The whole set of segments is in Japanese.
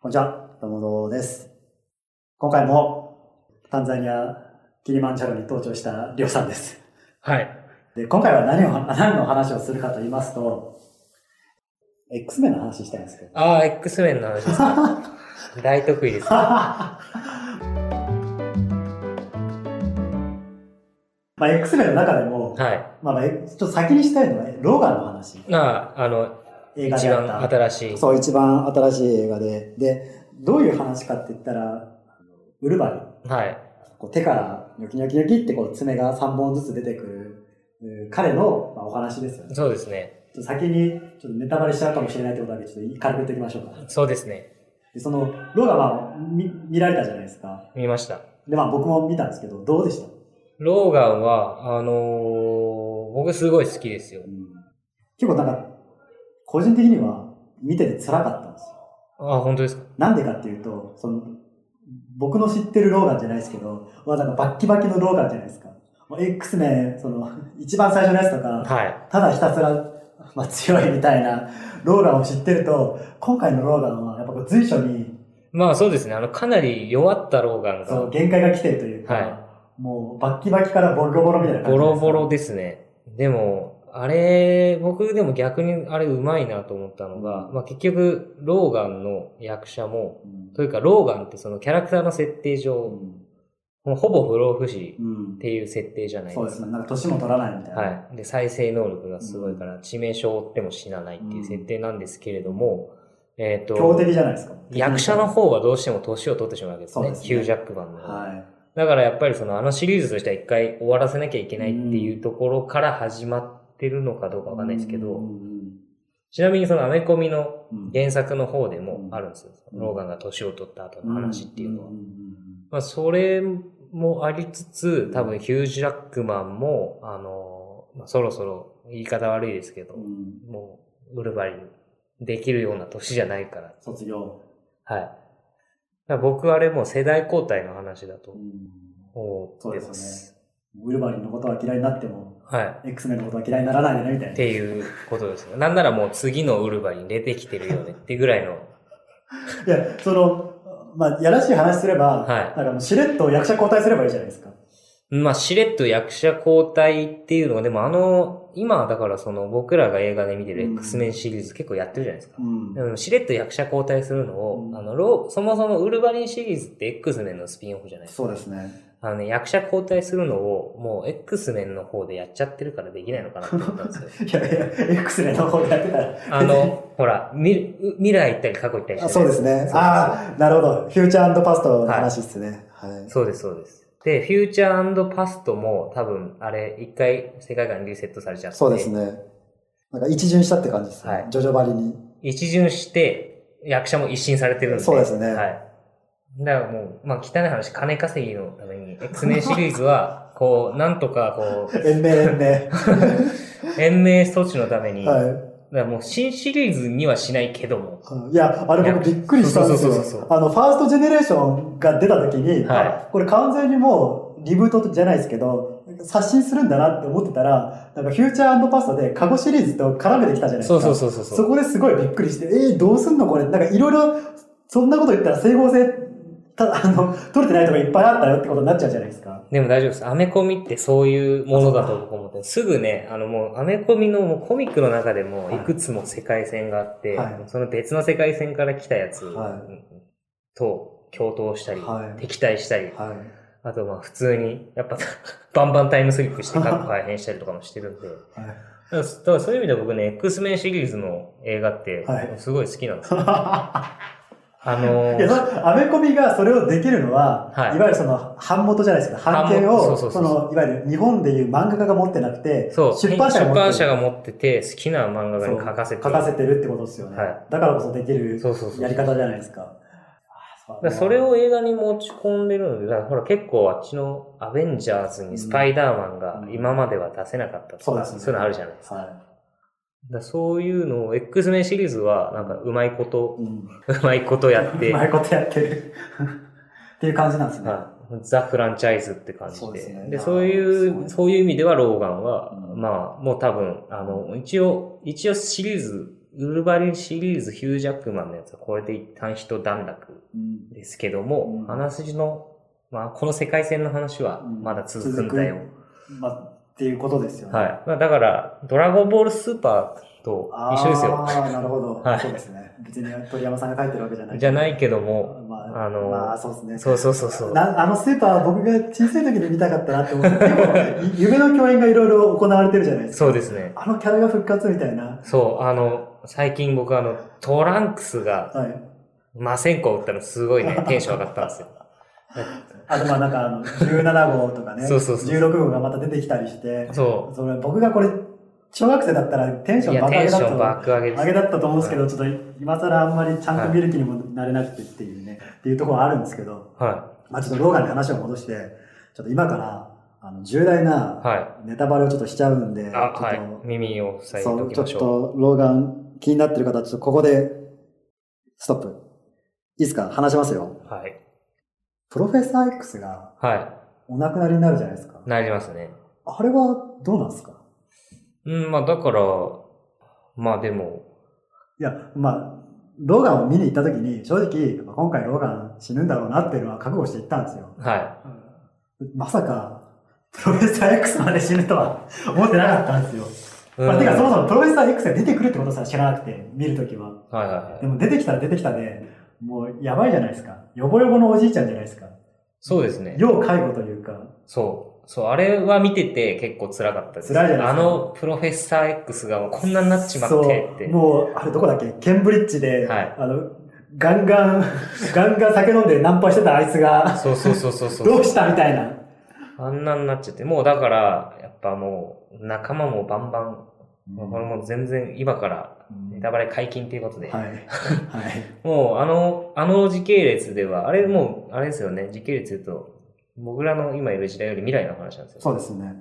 こんにちは、山本です。今回もタンザニア、キリマンジャロに登頂したりょうさんです。はい。で、今回は何を、何の話をするかと言いますと、X メンの話したいんですけど。 ああ、X メンの話ですか。大得意です。まあ、X メンの中でも、はまあまあ、えちょっと先にしたいのは、ローガンの話。い。まあ、あの、映画一であった番新しい。そう、一番新しい映画で。で、どういう話かって言ったら、あのウルバリン。はい。こう手からニョキニョキニョキってこう爪が3本ずつ出てくるうん彼の、まあ、お話ですよね。ちょそうですね。っと先にちょっとネタバレしちゃうかもしれないってことだけちょっと軽く言っておきましょうか。そうですね。でその、ローがまあ見見られたじゃないですか。見ました。で、まあ僕も見たんですけど、どうでした、ローガンは、あのー僕すごい好きですよう。ん結構なんか、個人的には見てて辛かったんですよ。ああ、本当ですか。なんでかっていうと、その、僕の知ってるローガンじゃないですけど、まあなんかバッキバキのローガンじゃないですか。もう X メン、その、一番最初のやつとか、はい。ただひたすら、まあ、強いみたいなローガンを知ってると、今回のローガンはやっぱこう随所にまあそうですね。あの、かなり弱ったローガンそのが、限界が来てるというか、はもうバッキバキからボロボロみたいな感ボじロボロでですね。でも、あれ、僕でも逆にあれうまいなと思ったのが、まあ結局、ローガンの役者も、すよ。というか、ローガンってそのキャラクターの設定上、もうほぼ不老不死うんうんっていう設定じゃないそうでですすか。ね。なんか年も取らないみたいな。はい。で、再生能力がすごいから、致命傷を負っても死なないっていう設定なんですけれども、えっ、強と、敵じゃないですか。役者の方はどうしても年を取ってしまうわけですね。そうですねヒュージャックマンの。はだからやっぱりその、あのシリーズとしては一回終わらせなきゃいけないっていうところから始まってるのかどうい。かわかんないですけうど、んちなみにそのアメコミのうん原作の方でもあるんですよ。うんローガンが年を取った後の話っていうのは。んんまあ、それもありつつ、多分ヒュージ・ラックマンも、あの、まあ、そろそろ言い方悪いですけど、うんうんもう、ウルヴァリンできるような年じゃないから。卒業。はい。だから僕あれもう世代交代の話だとうん思ってそうまですす。ウルバリンのことは嫌いになっても、はい。 X メンのことは嫌いにならないでね、みたいっな。ていうことですね。なんならもう次のウルヴァリン出てきてるよねってぐらいの。いや、その、まあ、やらしい話すれば、はいだからもうしれっと役者交代すればいいじゃないですか。まあ、しれっと役者交代っていうのが、でもあの、今だからその僕らが映画で見てる X メンシリーズ結構やってるじゃないですか。うんうん、しれっと役者交代するのを、うんあのロー、そもそもウルヴァリンシリーズって X メンのスピンオフじゃないですか。そうですね。あのね、役者交代するのを、もう X メンの方でやっちゃってるからできないのかなって思ったん ですよ。いやいや、X メンの方でやってたら。あの、ほら、みう未来行ったり過去行ったりして、あそうですね。あああ、なるほど。フューチャーパストの話ですね。はい。そうです、そうです。で、フューチャーパストも多分、あれ、一回世界観にリセットされちゃって、そうですね。なんか一巡したって感じですね。はいジョジョバリに。一巡して、役者も一新されてるんで。そうですねはい。だからもう、まあ、汚い話、金稼ぎのために、X メンシリーズは、こう、なんとか、こう、延命延 命。延命措置のために、はだい。からもう新シリーズにはしないけども、いや、あれ僕びっくりしたんですそうそうそうそうよ。あの、ファーストジェネレーションが出た時に、はいあこれ完全にもうリブートじゃないですけど、刷新するんだなって思ってたら、なんかフューチャーパスタでカゴシリーズと絡めてきたじゃないですか。そうそうそうそうそこですごいびっくりして、えー、どうすんのこれ。なんかいろいろ、そんなこと言ったら整合性、た だ、あの、取れてないとこいっぱいあったよってことになっちゃうじゃないですか。でも大丈夫です。アメコミってそういうものだと僕思って、すぐね、あのもうアメコミのもうコミックの中でもはいいくつも世界線があって、はいその別の世界線から来たやつはと共闘したり、はい敵対したり、はい。あとまあ普通に、やっぱ バンバンタイムスリップして 過去改変したりとかもしてるんで、だ からだからそういう意味では僕ね、X メンシリーズの映画ってはいすごい好きなんです よ。はあい。のーいや、そアメコミがそれをできるのは、はいいわゆるその、版元じゃないですか、版権版元を、そそうそうそうそうの、いわゆる日本でいう漫画家が持ってなくて、そう、出版社が持ってるが持ってて、好きな漫画家に書かせて書かせてるってことですよね。はいだからこそできるそうそうそう。やり方じゃないですか。あだからそれ、を映画に持ち込んでるので、だからほら結構あっちのアベンジャーズにスパイダーマンがうん今までは出せなかったとか、そうですねいうのあるじゃないですか。はだからそういうのを X メンシリーズはなんかうまいことい。、うん。うまいことやって、うまいことやってる。っていう感じなんですね。はいザ・フランチャイズって感じそうで。でですねそういあーそうう、そういう意味ではローガンは、うんまあもう多分、あの、一応、一応シリーズウルヴァリンシリーズ、ヒュージャックマンのやつはこれで一旦一段落うんですけども、うん話筋の、まあ、この世界線の話はまだ続くんだよ。まあ、っていうことですよね。はい。まあ、だから、ドラゴンボールスーパーとあー一緒ですよ。なるほど。はいそうですね。別に鳥山さんが書いてるわけじゃない。じゃないけども、まあ、あのまあ、そうですね。そうそうそうそう。なあのスーパー、僕が小さい時に見たかったなって思 って、でもい夢の共演がいろいろ行われてるじゃないですか。そうですね。あのキャラが復活みたいな。そう、あの、最近僕あの、トランクスがはい。魔線香を打ったのすご いね、テンション上がったんですよ。あと、まあなんか、あの、17号とかね、そうそうそう16号がまた出てきたりして、そそれ僕がこれ、小学生だったらテンシう。いョンや、爆上テげンシだョンと爆上げです上げだったと思うんですけど、ちょっと今更あんまりちゃんと見る気にもなれなくてっていうね、っていうところはあるんですけど、はまあちょっとローガンに話を戻して、ちょっと今から、あの、重大い。なはネタバレをちょっとしちゃうんで、い。ちあ、ょはっい。耳をと、塞いでそおう、きちょまっしとょう。ローガン気になってる方はちょっとここで、ストップ。いいですか話しますよ。はい。プロフェッサー X がはお亡くなりになるじゃないですかい。。なりますね。あれはどうなんですかうん、まあだから、まあでも、いや、まあ、ローガンを見に行った時に、正直、まあ今回ローガン死ぬんだろうなっていうのは覚悟して行ったんですよ。はまさか、プロフェッサー X まで死ぬとは思ってなかったんですよ。い。まあ、うんてか、そもそもプロフェッサー X が出てくるってことさ、知らなくて、見るときは。はいはいはいで。も出てきたら出てきたで、もうやばいじゃないですか。ヨボヨボのおじいちゃんじゃないですか。そうですね。要介護というか。そう。そう、あれは見てて結構辛かったです。辛いじゃないですかあのプロフェッサー X がこんなになっちまってって。そうもう、あれどこだっけケンブリッジで、はいあの、ガンガン、ガンガン酒飲んでナンパしてたあいつが、そうそうそうそうそ う。どうしたみたいな。あんなになっちゃって、もうだから、やっぱもう、仲間もバンバン、もうこれもう全然今から、ネタバレ解禁ということで、はい。はい。もうあの、あの時系列では、あれもう、あれですよね、時系列で言うと、僕らの今いる時代より未来の話なんですよ。そうですね。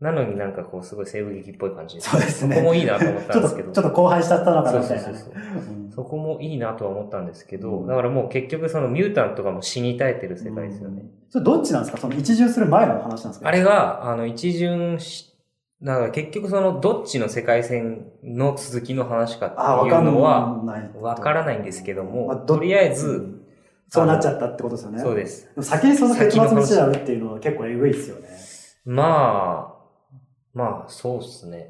なのになんかこう、すごい西部劇っぽい感じでそうですここね。もいいなと思っちたょんっでと、すちけょど。っと後輩しちゃったのかそなうみそたういなそうね。そう。うんそこもいいなとは思ったんですけど、うんだからもう結局そのミュータントがもう死に絶えてる世界ですよね。。それどっちなんですかその一巡する前の話なんですかあれが、あの、一巡し、だから結局そのどっちの世界線の続きの話かあ、っわていかうんのは、ない。わからないんですけどもまあどとりあえずうんそうなっちゃったってことですよね。そうでです。も先にその結末にしてやるっていうのは結構えぐいですよね。まあ、まあ、そうっすね。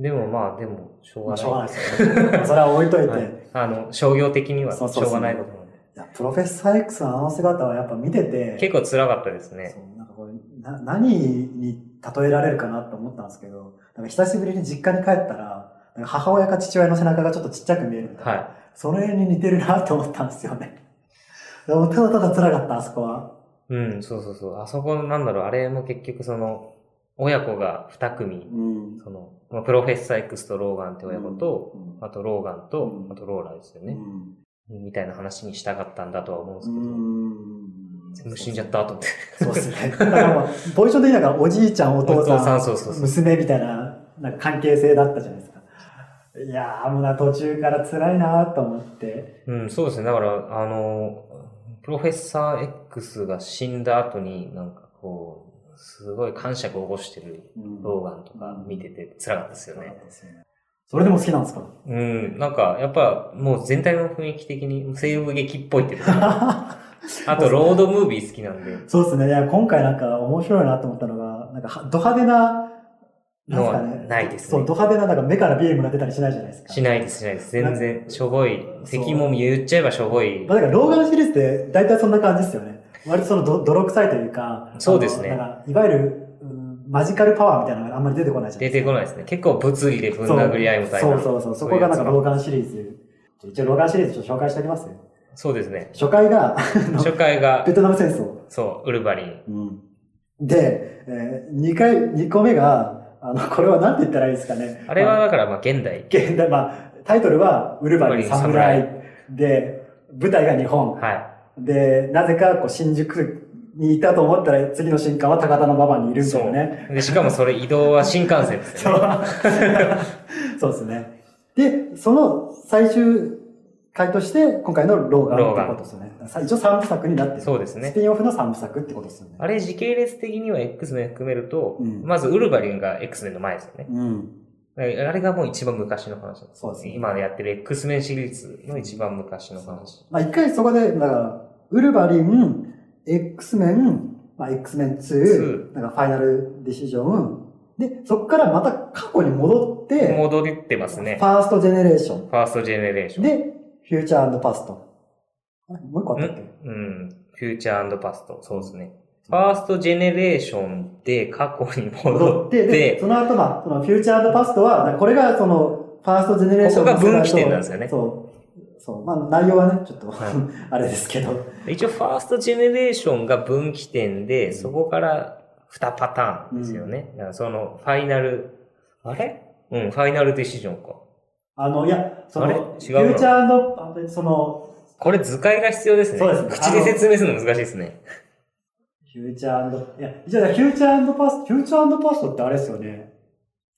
でもまあ、でも、しょうまがあ、なしい。ょうがないですよね。それは置いといて。はいあの、商業的にはしそょうそうそううがないことなんで。いや、プロフェッサー X のあの姿はやっぱ見てて、結構辛かったですね。そうなんかこうな何に例えられるかなと思ったんですけど、なんか久しぶりに実家に帰ったら、なんか母親か父親の背中がちょっとちっちゃく見えるみたいな。はそれに似てるなと思ったんですよね。でもただただ辛かった、あそこは。い。うん、そうそうそう。あそこ、なんだろう、あれも結局その、親子が二組うん。その、まあ、プロフェッサー X とローガンって親子と、うん、あとローガンと、うんあとローラですようね、ん。みたいな話にしたかったんだとは思うんでうすけん。ど、全部死んじゃったと思って。そう ですね。だからもう、ポジション的になんかおじいちゃん、お父さん、そうそうそう。娘みたいななんか関係性だったじゃないですか。いやー、もうな、途中から辛いなと思って。うん、そうですね。だから、あの、プロフェッサー X が死んだ後に、なんかこう、すごい感触を起こしてるうんローガンとか見てて辛かったですよね。それでも好きなん ですかうん、なんか、やっぱ、もう全体の雰囲気的に西部劇っぽいっていうか あと、ロードムービー好きなんで、そうですね。いや、今回なんか面白いなと思ったのが、なんかはド派手な、のはんすかないですねそう、ド派手な、なんか目からビームが出たりしないじゃないですか。しないです、しないです。全然、しょぼい。そう敵も言っちゃえばしょぼいま。あ、だから、老眼シリーズって大体そんな感じですよね。割とそのど泥臭いというか、そうですねあのなんかいわゆる、うんマジカルパワーみたいなのがあんまり出てこないじゃな出いですてか。こないですね。結構物理でぶん殴り合いみたいな。そうそうそう、そそうこいうがやなつんか老眼シリーズ。一応老眼シリーズちょっと紹介しておきますよ。そうで すね。初回が、初回がベ、トナム戦争。そう、ウルヴァリン。で、え2回、2個目が、あの、これは何て言ったらいいですかね。あれはまあ、だから、まあ、現代。現代、まあ、タイトルは、ウルバリンウル侍で、舞台が日本。はで、なぜか、こう、新宿にいたと思ったら、次の瞬間は高田の馬場にいるい。みたいそなう ね。。で、しかもそれ移動は新幹線ですそよね。う。 そうですね。で、その最終回として、今回のローガンってことですよね。さ一応3部作になってる。そうですねスピンオフの3部作ってことですよね。あれ、時系列的には X メン含めると、うんまずウルヴァリンが X メンの前ですよね。うん。あれがもう一番昔の話なんです。そうですね今やってる X メンシリーズの一番昔の話。まあ一回そこで、だから、ウルヴァリン、X メン、まあ、X メン2、 2なんかファイナルディシジョン、で、そこからまた過去に戻って、戻ってますねフ。ァーストジェネレーション。ファーストジェネレーション。で、フューチャーパスト。あれもう一個あったっけうん。フューチャーパスト。そうですね。ファーストジェネレーションで過去に戻戻っって、で、て、その後まあ、そのフューチャーパストは、だからこれがその、ファーストジェネレーションのここが分岐点なんですよねそう。そう。まあ内容はね、ちょっと、はい あれですけど。一応ファーストジェネレーションが分岐点で、そこから2パターンですよね。だからそのファイナル、あれうん、ファイナルディシジョンか。あの、いや、その、あれフ違うューチャなーの、あのその、これ図解が必要ですね。そうです口で説明するの難しいですね。フューチャーいや、じゃあ、フューチャーパスト、フューチャーパストってあれですよね。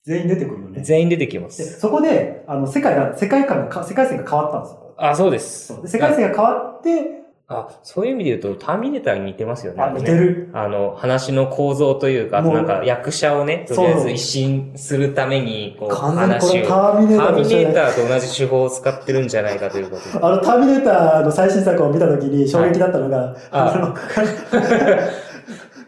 全員出てくるよね。全員出てきま。ですそこで、あの、世界が、世界観がか、世界線が変わったんですよ。あ、そうですそうで世界線が変わって、あ、そういう意味で言うと、ターミネーターに似てますよね。あ、れね似てる。あの、話の構造というか、あとなんもかう役者をね、とそうりあえず一新するために、こう、完全にこ話れを。タターミネーターーとミ一緒ネーでターと同じ手法を使ってるんじゃないかという ことで。あの、ターミネーターの最新作を見たときに衝撃だったのが、ああの、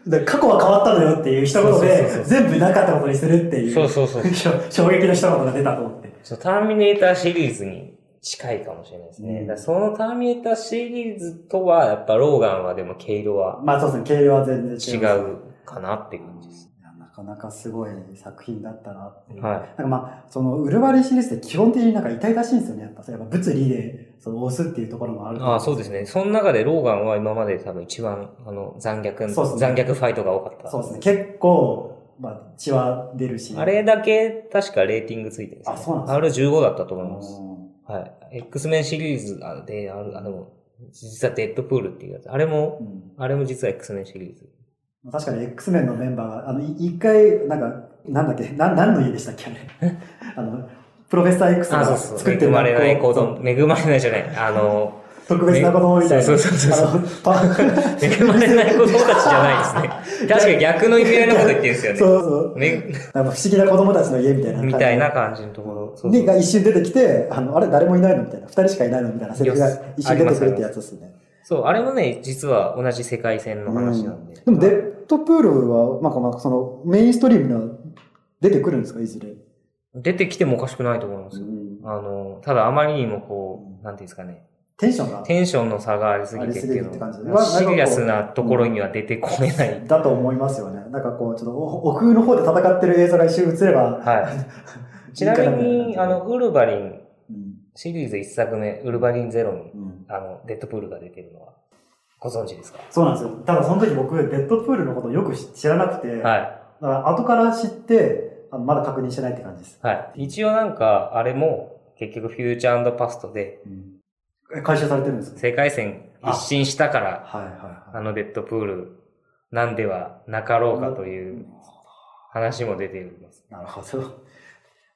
だから過去は変わったのよっていう一言そうそうそうそで、う全部なかったことにするっていう、そうそうそう。 衝撃の一言が出たと思って。そうターミネーターシリーズに近いかもしれないですね。うんだからそのターミネーターシリーズとは、やっぱローガンはでも毛色はまあそうですね、形容は全違然違う。うかなっていう感じです。いやなかなかすごい作品だったなっていう。はい。なんかまあ、その、ウルヴァリンシリーズって基本的になんか痛々しいんですよね。やっぱ、やっぱ物理で、その、押すっていうところもあると思ああ、そうですね。その中でローガンは今まで多分一番、あの、残虐、そうですね残虐ファイトが多かった。そうですね。結構、まあ、血は出るし。あれだけ、確かレーティングついてるんです、ね。あそうなんで ?R15 だったとう思いんます。はい。X メンシリーズあで、ある、あ、でも、実はデッドプールっていうやつ。あれも、うんあれも実は X メンシリーズ。確かに X メンのメンバーが、あの、い一回、なんか、なんだっけ、な、何の家でしたっけあれ。 あの、プロフェッサー X が作ってる恵まれない子そう供、恵まれないじゃない。あの、特別な子供みたいな。そうそうそうそうあのパ 恵まれない子供たちじゃないですね。確かに逆の意味合いのこと言ってるんですよね。そうそう。めなんか不思議な子供たちの家みたいな感じ。みたいな感じのところ。そうそうで、が一瞬出てきて、あの、あれ誰もいないのみたいな、二人しかいないのみたいなセリフが一瞬出てくるってやつですね。そう、あれもね、実は同じ世界線の話なんで。でも、デッドプールは、なんかまあ、その、メインストリームには出てくるんですか、いずれ。出てきてもおかしくないと思いますよ。あの、ただあまりにもこう、なんていうんですかね、テンションが、テンションの差がありすぎてっていあうりすぎるって感じでのは、シリアスなところには出てこれない。だと思いますよね。なんかこう、ちょっとお奥の方で戦ってる映像が一瞬映れば、はい。ちなみに、あの、ウルヴァリン、うんシリーズ1作目、ウルヴァリンゼロに、うんあの、デッドプールが出てるのは、ご存知ですかそうなんですよ。ただその時僕、デッドプールのことをよく知らなくて、だはから後から知って、あのまだ確認してないって感じです。い。はい。一応なんか、あれも、結局フューチャーパストで、え回収されてるんですか世界線一新したから、はいはいあはい。のデッドプールなんではなかろうかという話も出ています。なるほど。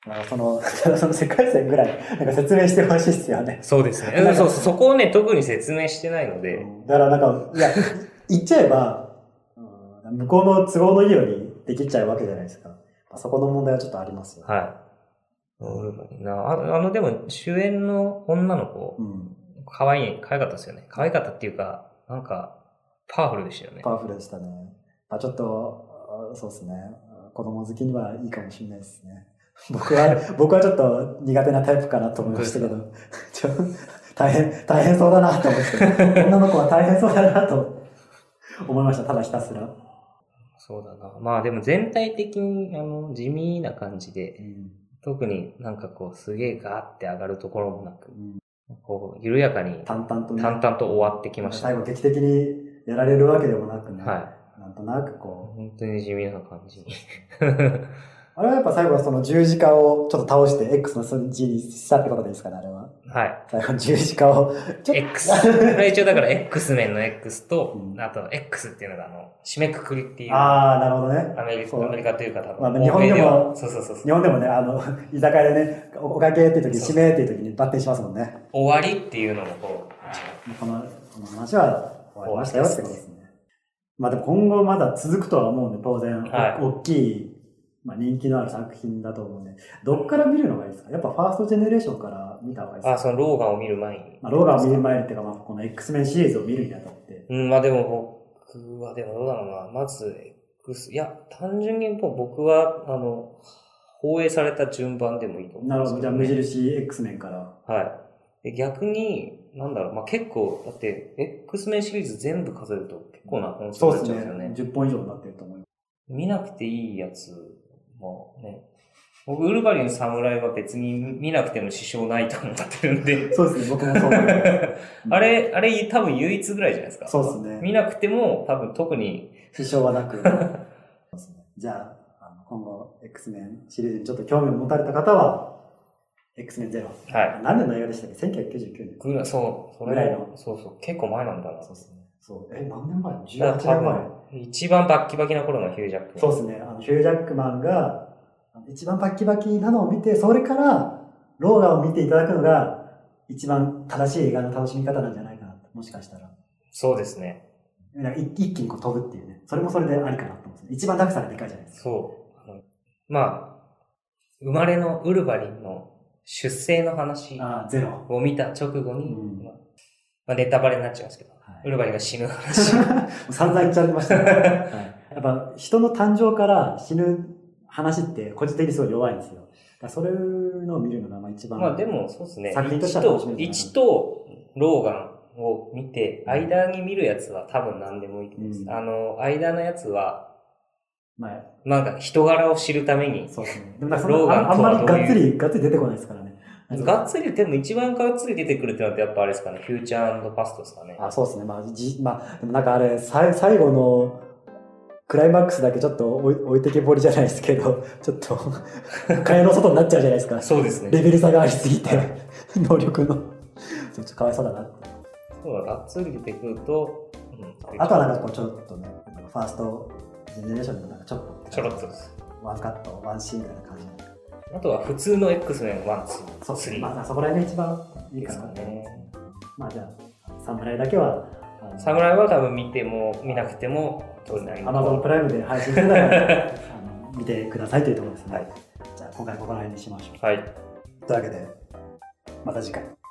なんかその、 その世界線ぐらい、なんか説明してほしいっすよね。そうですなんね。かそうそうそこをね、特に説明してないので、だからなんか、 いや、言っちゃえば、うん向こうの都合のいいようにできちゃうわけじゃないですか。まあそこの問題はちょっとありますよ。はい。オルバリンなああの、でも、主演の女の子、うん。可愛い、可愛かったですよね。可愛かったっていうか、なんか、パワフルでしたよねパ。ワフルでしたね。あ、ちょっと、あそうですね。子供好きにはいいかもしれないですね。僕 は、僕はちょっと苦手なタイプかなと思いましたけど、 ちょ大変、大変そうだなと思って、女の子は大変そうだなと思いました。ただひたすら。そうだな。まあでも全体的に、あの、地味な感じで、特になんかこう、すげえガーって上がるところもなく、こう、緩やかに淡々とね淡々と終わってきました最。後劇的にやられるわけでもなくね、はい。なんとなくこ本当に地味な感 じ。う、あれはやっぱ最後はその十字架をちょっと倒して X の数字にしたってことですかね、あれは。はい。最後十字架を、ちょっ X。これ一応だから X 面の X とう、んあと X っていうのがあの、締めくくりっていう、アああ、なるほどね。メリカそうアメリカというか多まあ分、日本でもはそうそうそうそ日う。本でもね、あの、居酒屋でね、おおかけっていう時に、そう締めっていう時にバッテンしますもんね。終わりっていうのもこう、この、この話は終わりましたよってことですね。まあでも今後まだ続くとは思うんで、当然、はいお大きいまあ、人気のある作品だと思うんで、どっから見るのがいいですかやっぱファーストジェネレーションから見た方がいいですかあ、そのローガンを見る前に。まあ、ローガンを見る前にっていうか、まあ、この X メンシリーズを見るにあたって。うん、まあでも僕は、でもどうだろうな。まず、X、いや、単純にもう僕は、あの、放映された順番でもいいと思なうんるですほど。けじゃあ、どね、無印 X メンから。はい。で逆に、なんだろう、まあ結構、だって、X メンシリーズ全部数えると結構な本数になっちゃうんですよね。 10本以上になってると思いま見なくていいやつもね、僕、ウルヴァリン侍は別に見なくても支障ないと思ってるんで、す。そうですね、僕もそう思います。うんあれ、あれ多分唯一ぐらいじゃないですか。そうですね。見なくても多分特に、支障はなく。そうですねじゃあ、あの今後、X メンシリーズにちょっと興味を持たれた方は、X メンゼロ。はい。何年の映画でしたっけ ?1999 年。ぐらい、そう、そぐれらいのそうそう、結構前なんだな。そうですね。そう。え、何年前 ?18 だから年前。多分、一番バッキバキな頃のヒュージャック。そうですね。あのヒュージャックマンが、あの一番バッキバキなのを見て、それから、ローガンを見ていただくのが、一番正しい映画の楽しみ方なんじゃないかなと。もしかしたら。そうですね。なんかい一気にこう飛ぶっていうね。それもそれでありかなと思うんですね。一番落差がでかいじゃないですか。そうあの。まあ、生まれのウルヴァリンの出生の話ああ、ゼロ。を見た直後に、うんまあまあ、ネタバレになっちゃうんですけど、はいウルヴァリンが死ぬ 話。散々言っちゃい ましたね、やっぱ人の誕生から死ぬ話って個人的にすごい弱いんですよ。だからそれのを見るのがまあ一番。まあでも、そうですね。作品として1は楽しとめ、る一とローガンを見て、間に見るやつは多分何でもいいと思います。うんあの、間のやつは、まあ、なんか人柄を知るために、そうですね。でもなんかそローのガンああんとまはりどういうがっつり、がっつり出てこないですからね。がっつり、でも一番がっつり出てくるってのはやっぱあれですかね、フューチャーパストですかね。あそうですね。まあ、じまあ、でもなんかあれ、さい最後のクライマックスだけちょっと置い置いてけぼりじゃないですけど、 ちょっと、替えの外になっちゃうじゃないですか。そうですね。レベル差がありすぎて、 能力の。ちょっとかわいそうだなって。そうだ、がっつり出てくると、うん、あとはなんかこうちょっとね、ファーストジェネレーションのなんかちょっと、ちょろっとです。ワンカット、ワンシーンみたいな感じで。あとは普通の X メン1、2、そうですね。 3。まあそこら辺が一番いいかなと思いますね。まあじゃあ、侍だけは、あの侍は多分見ても見なくてもどうになりアマゾンプライムで配信するならあの見てくださいというところですね。はいじゃあ今回ここら辺にしましょはい。う。というわけで、また次回。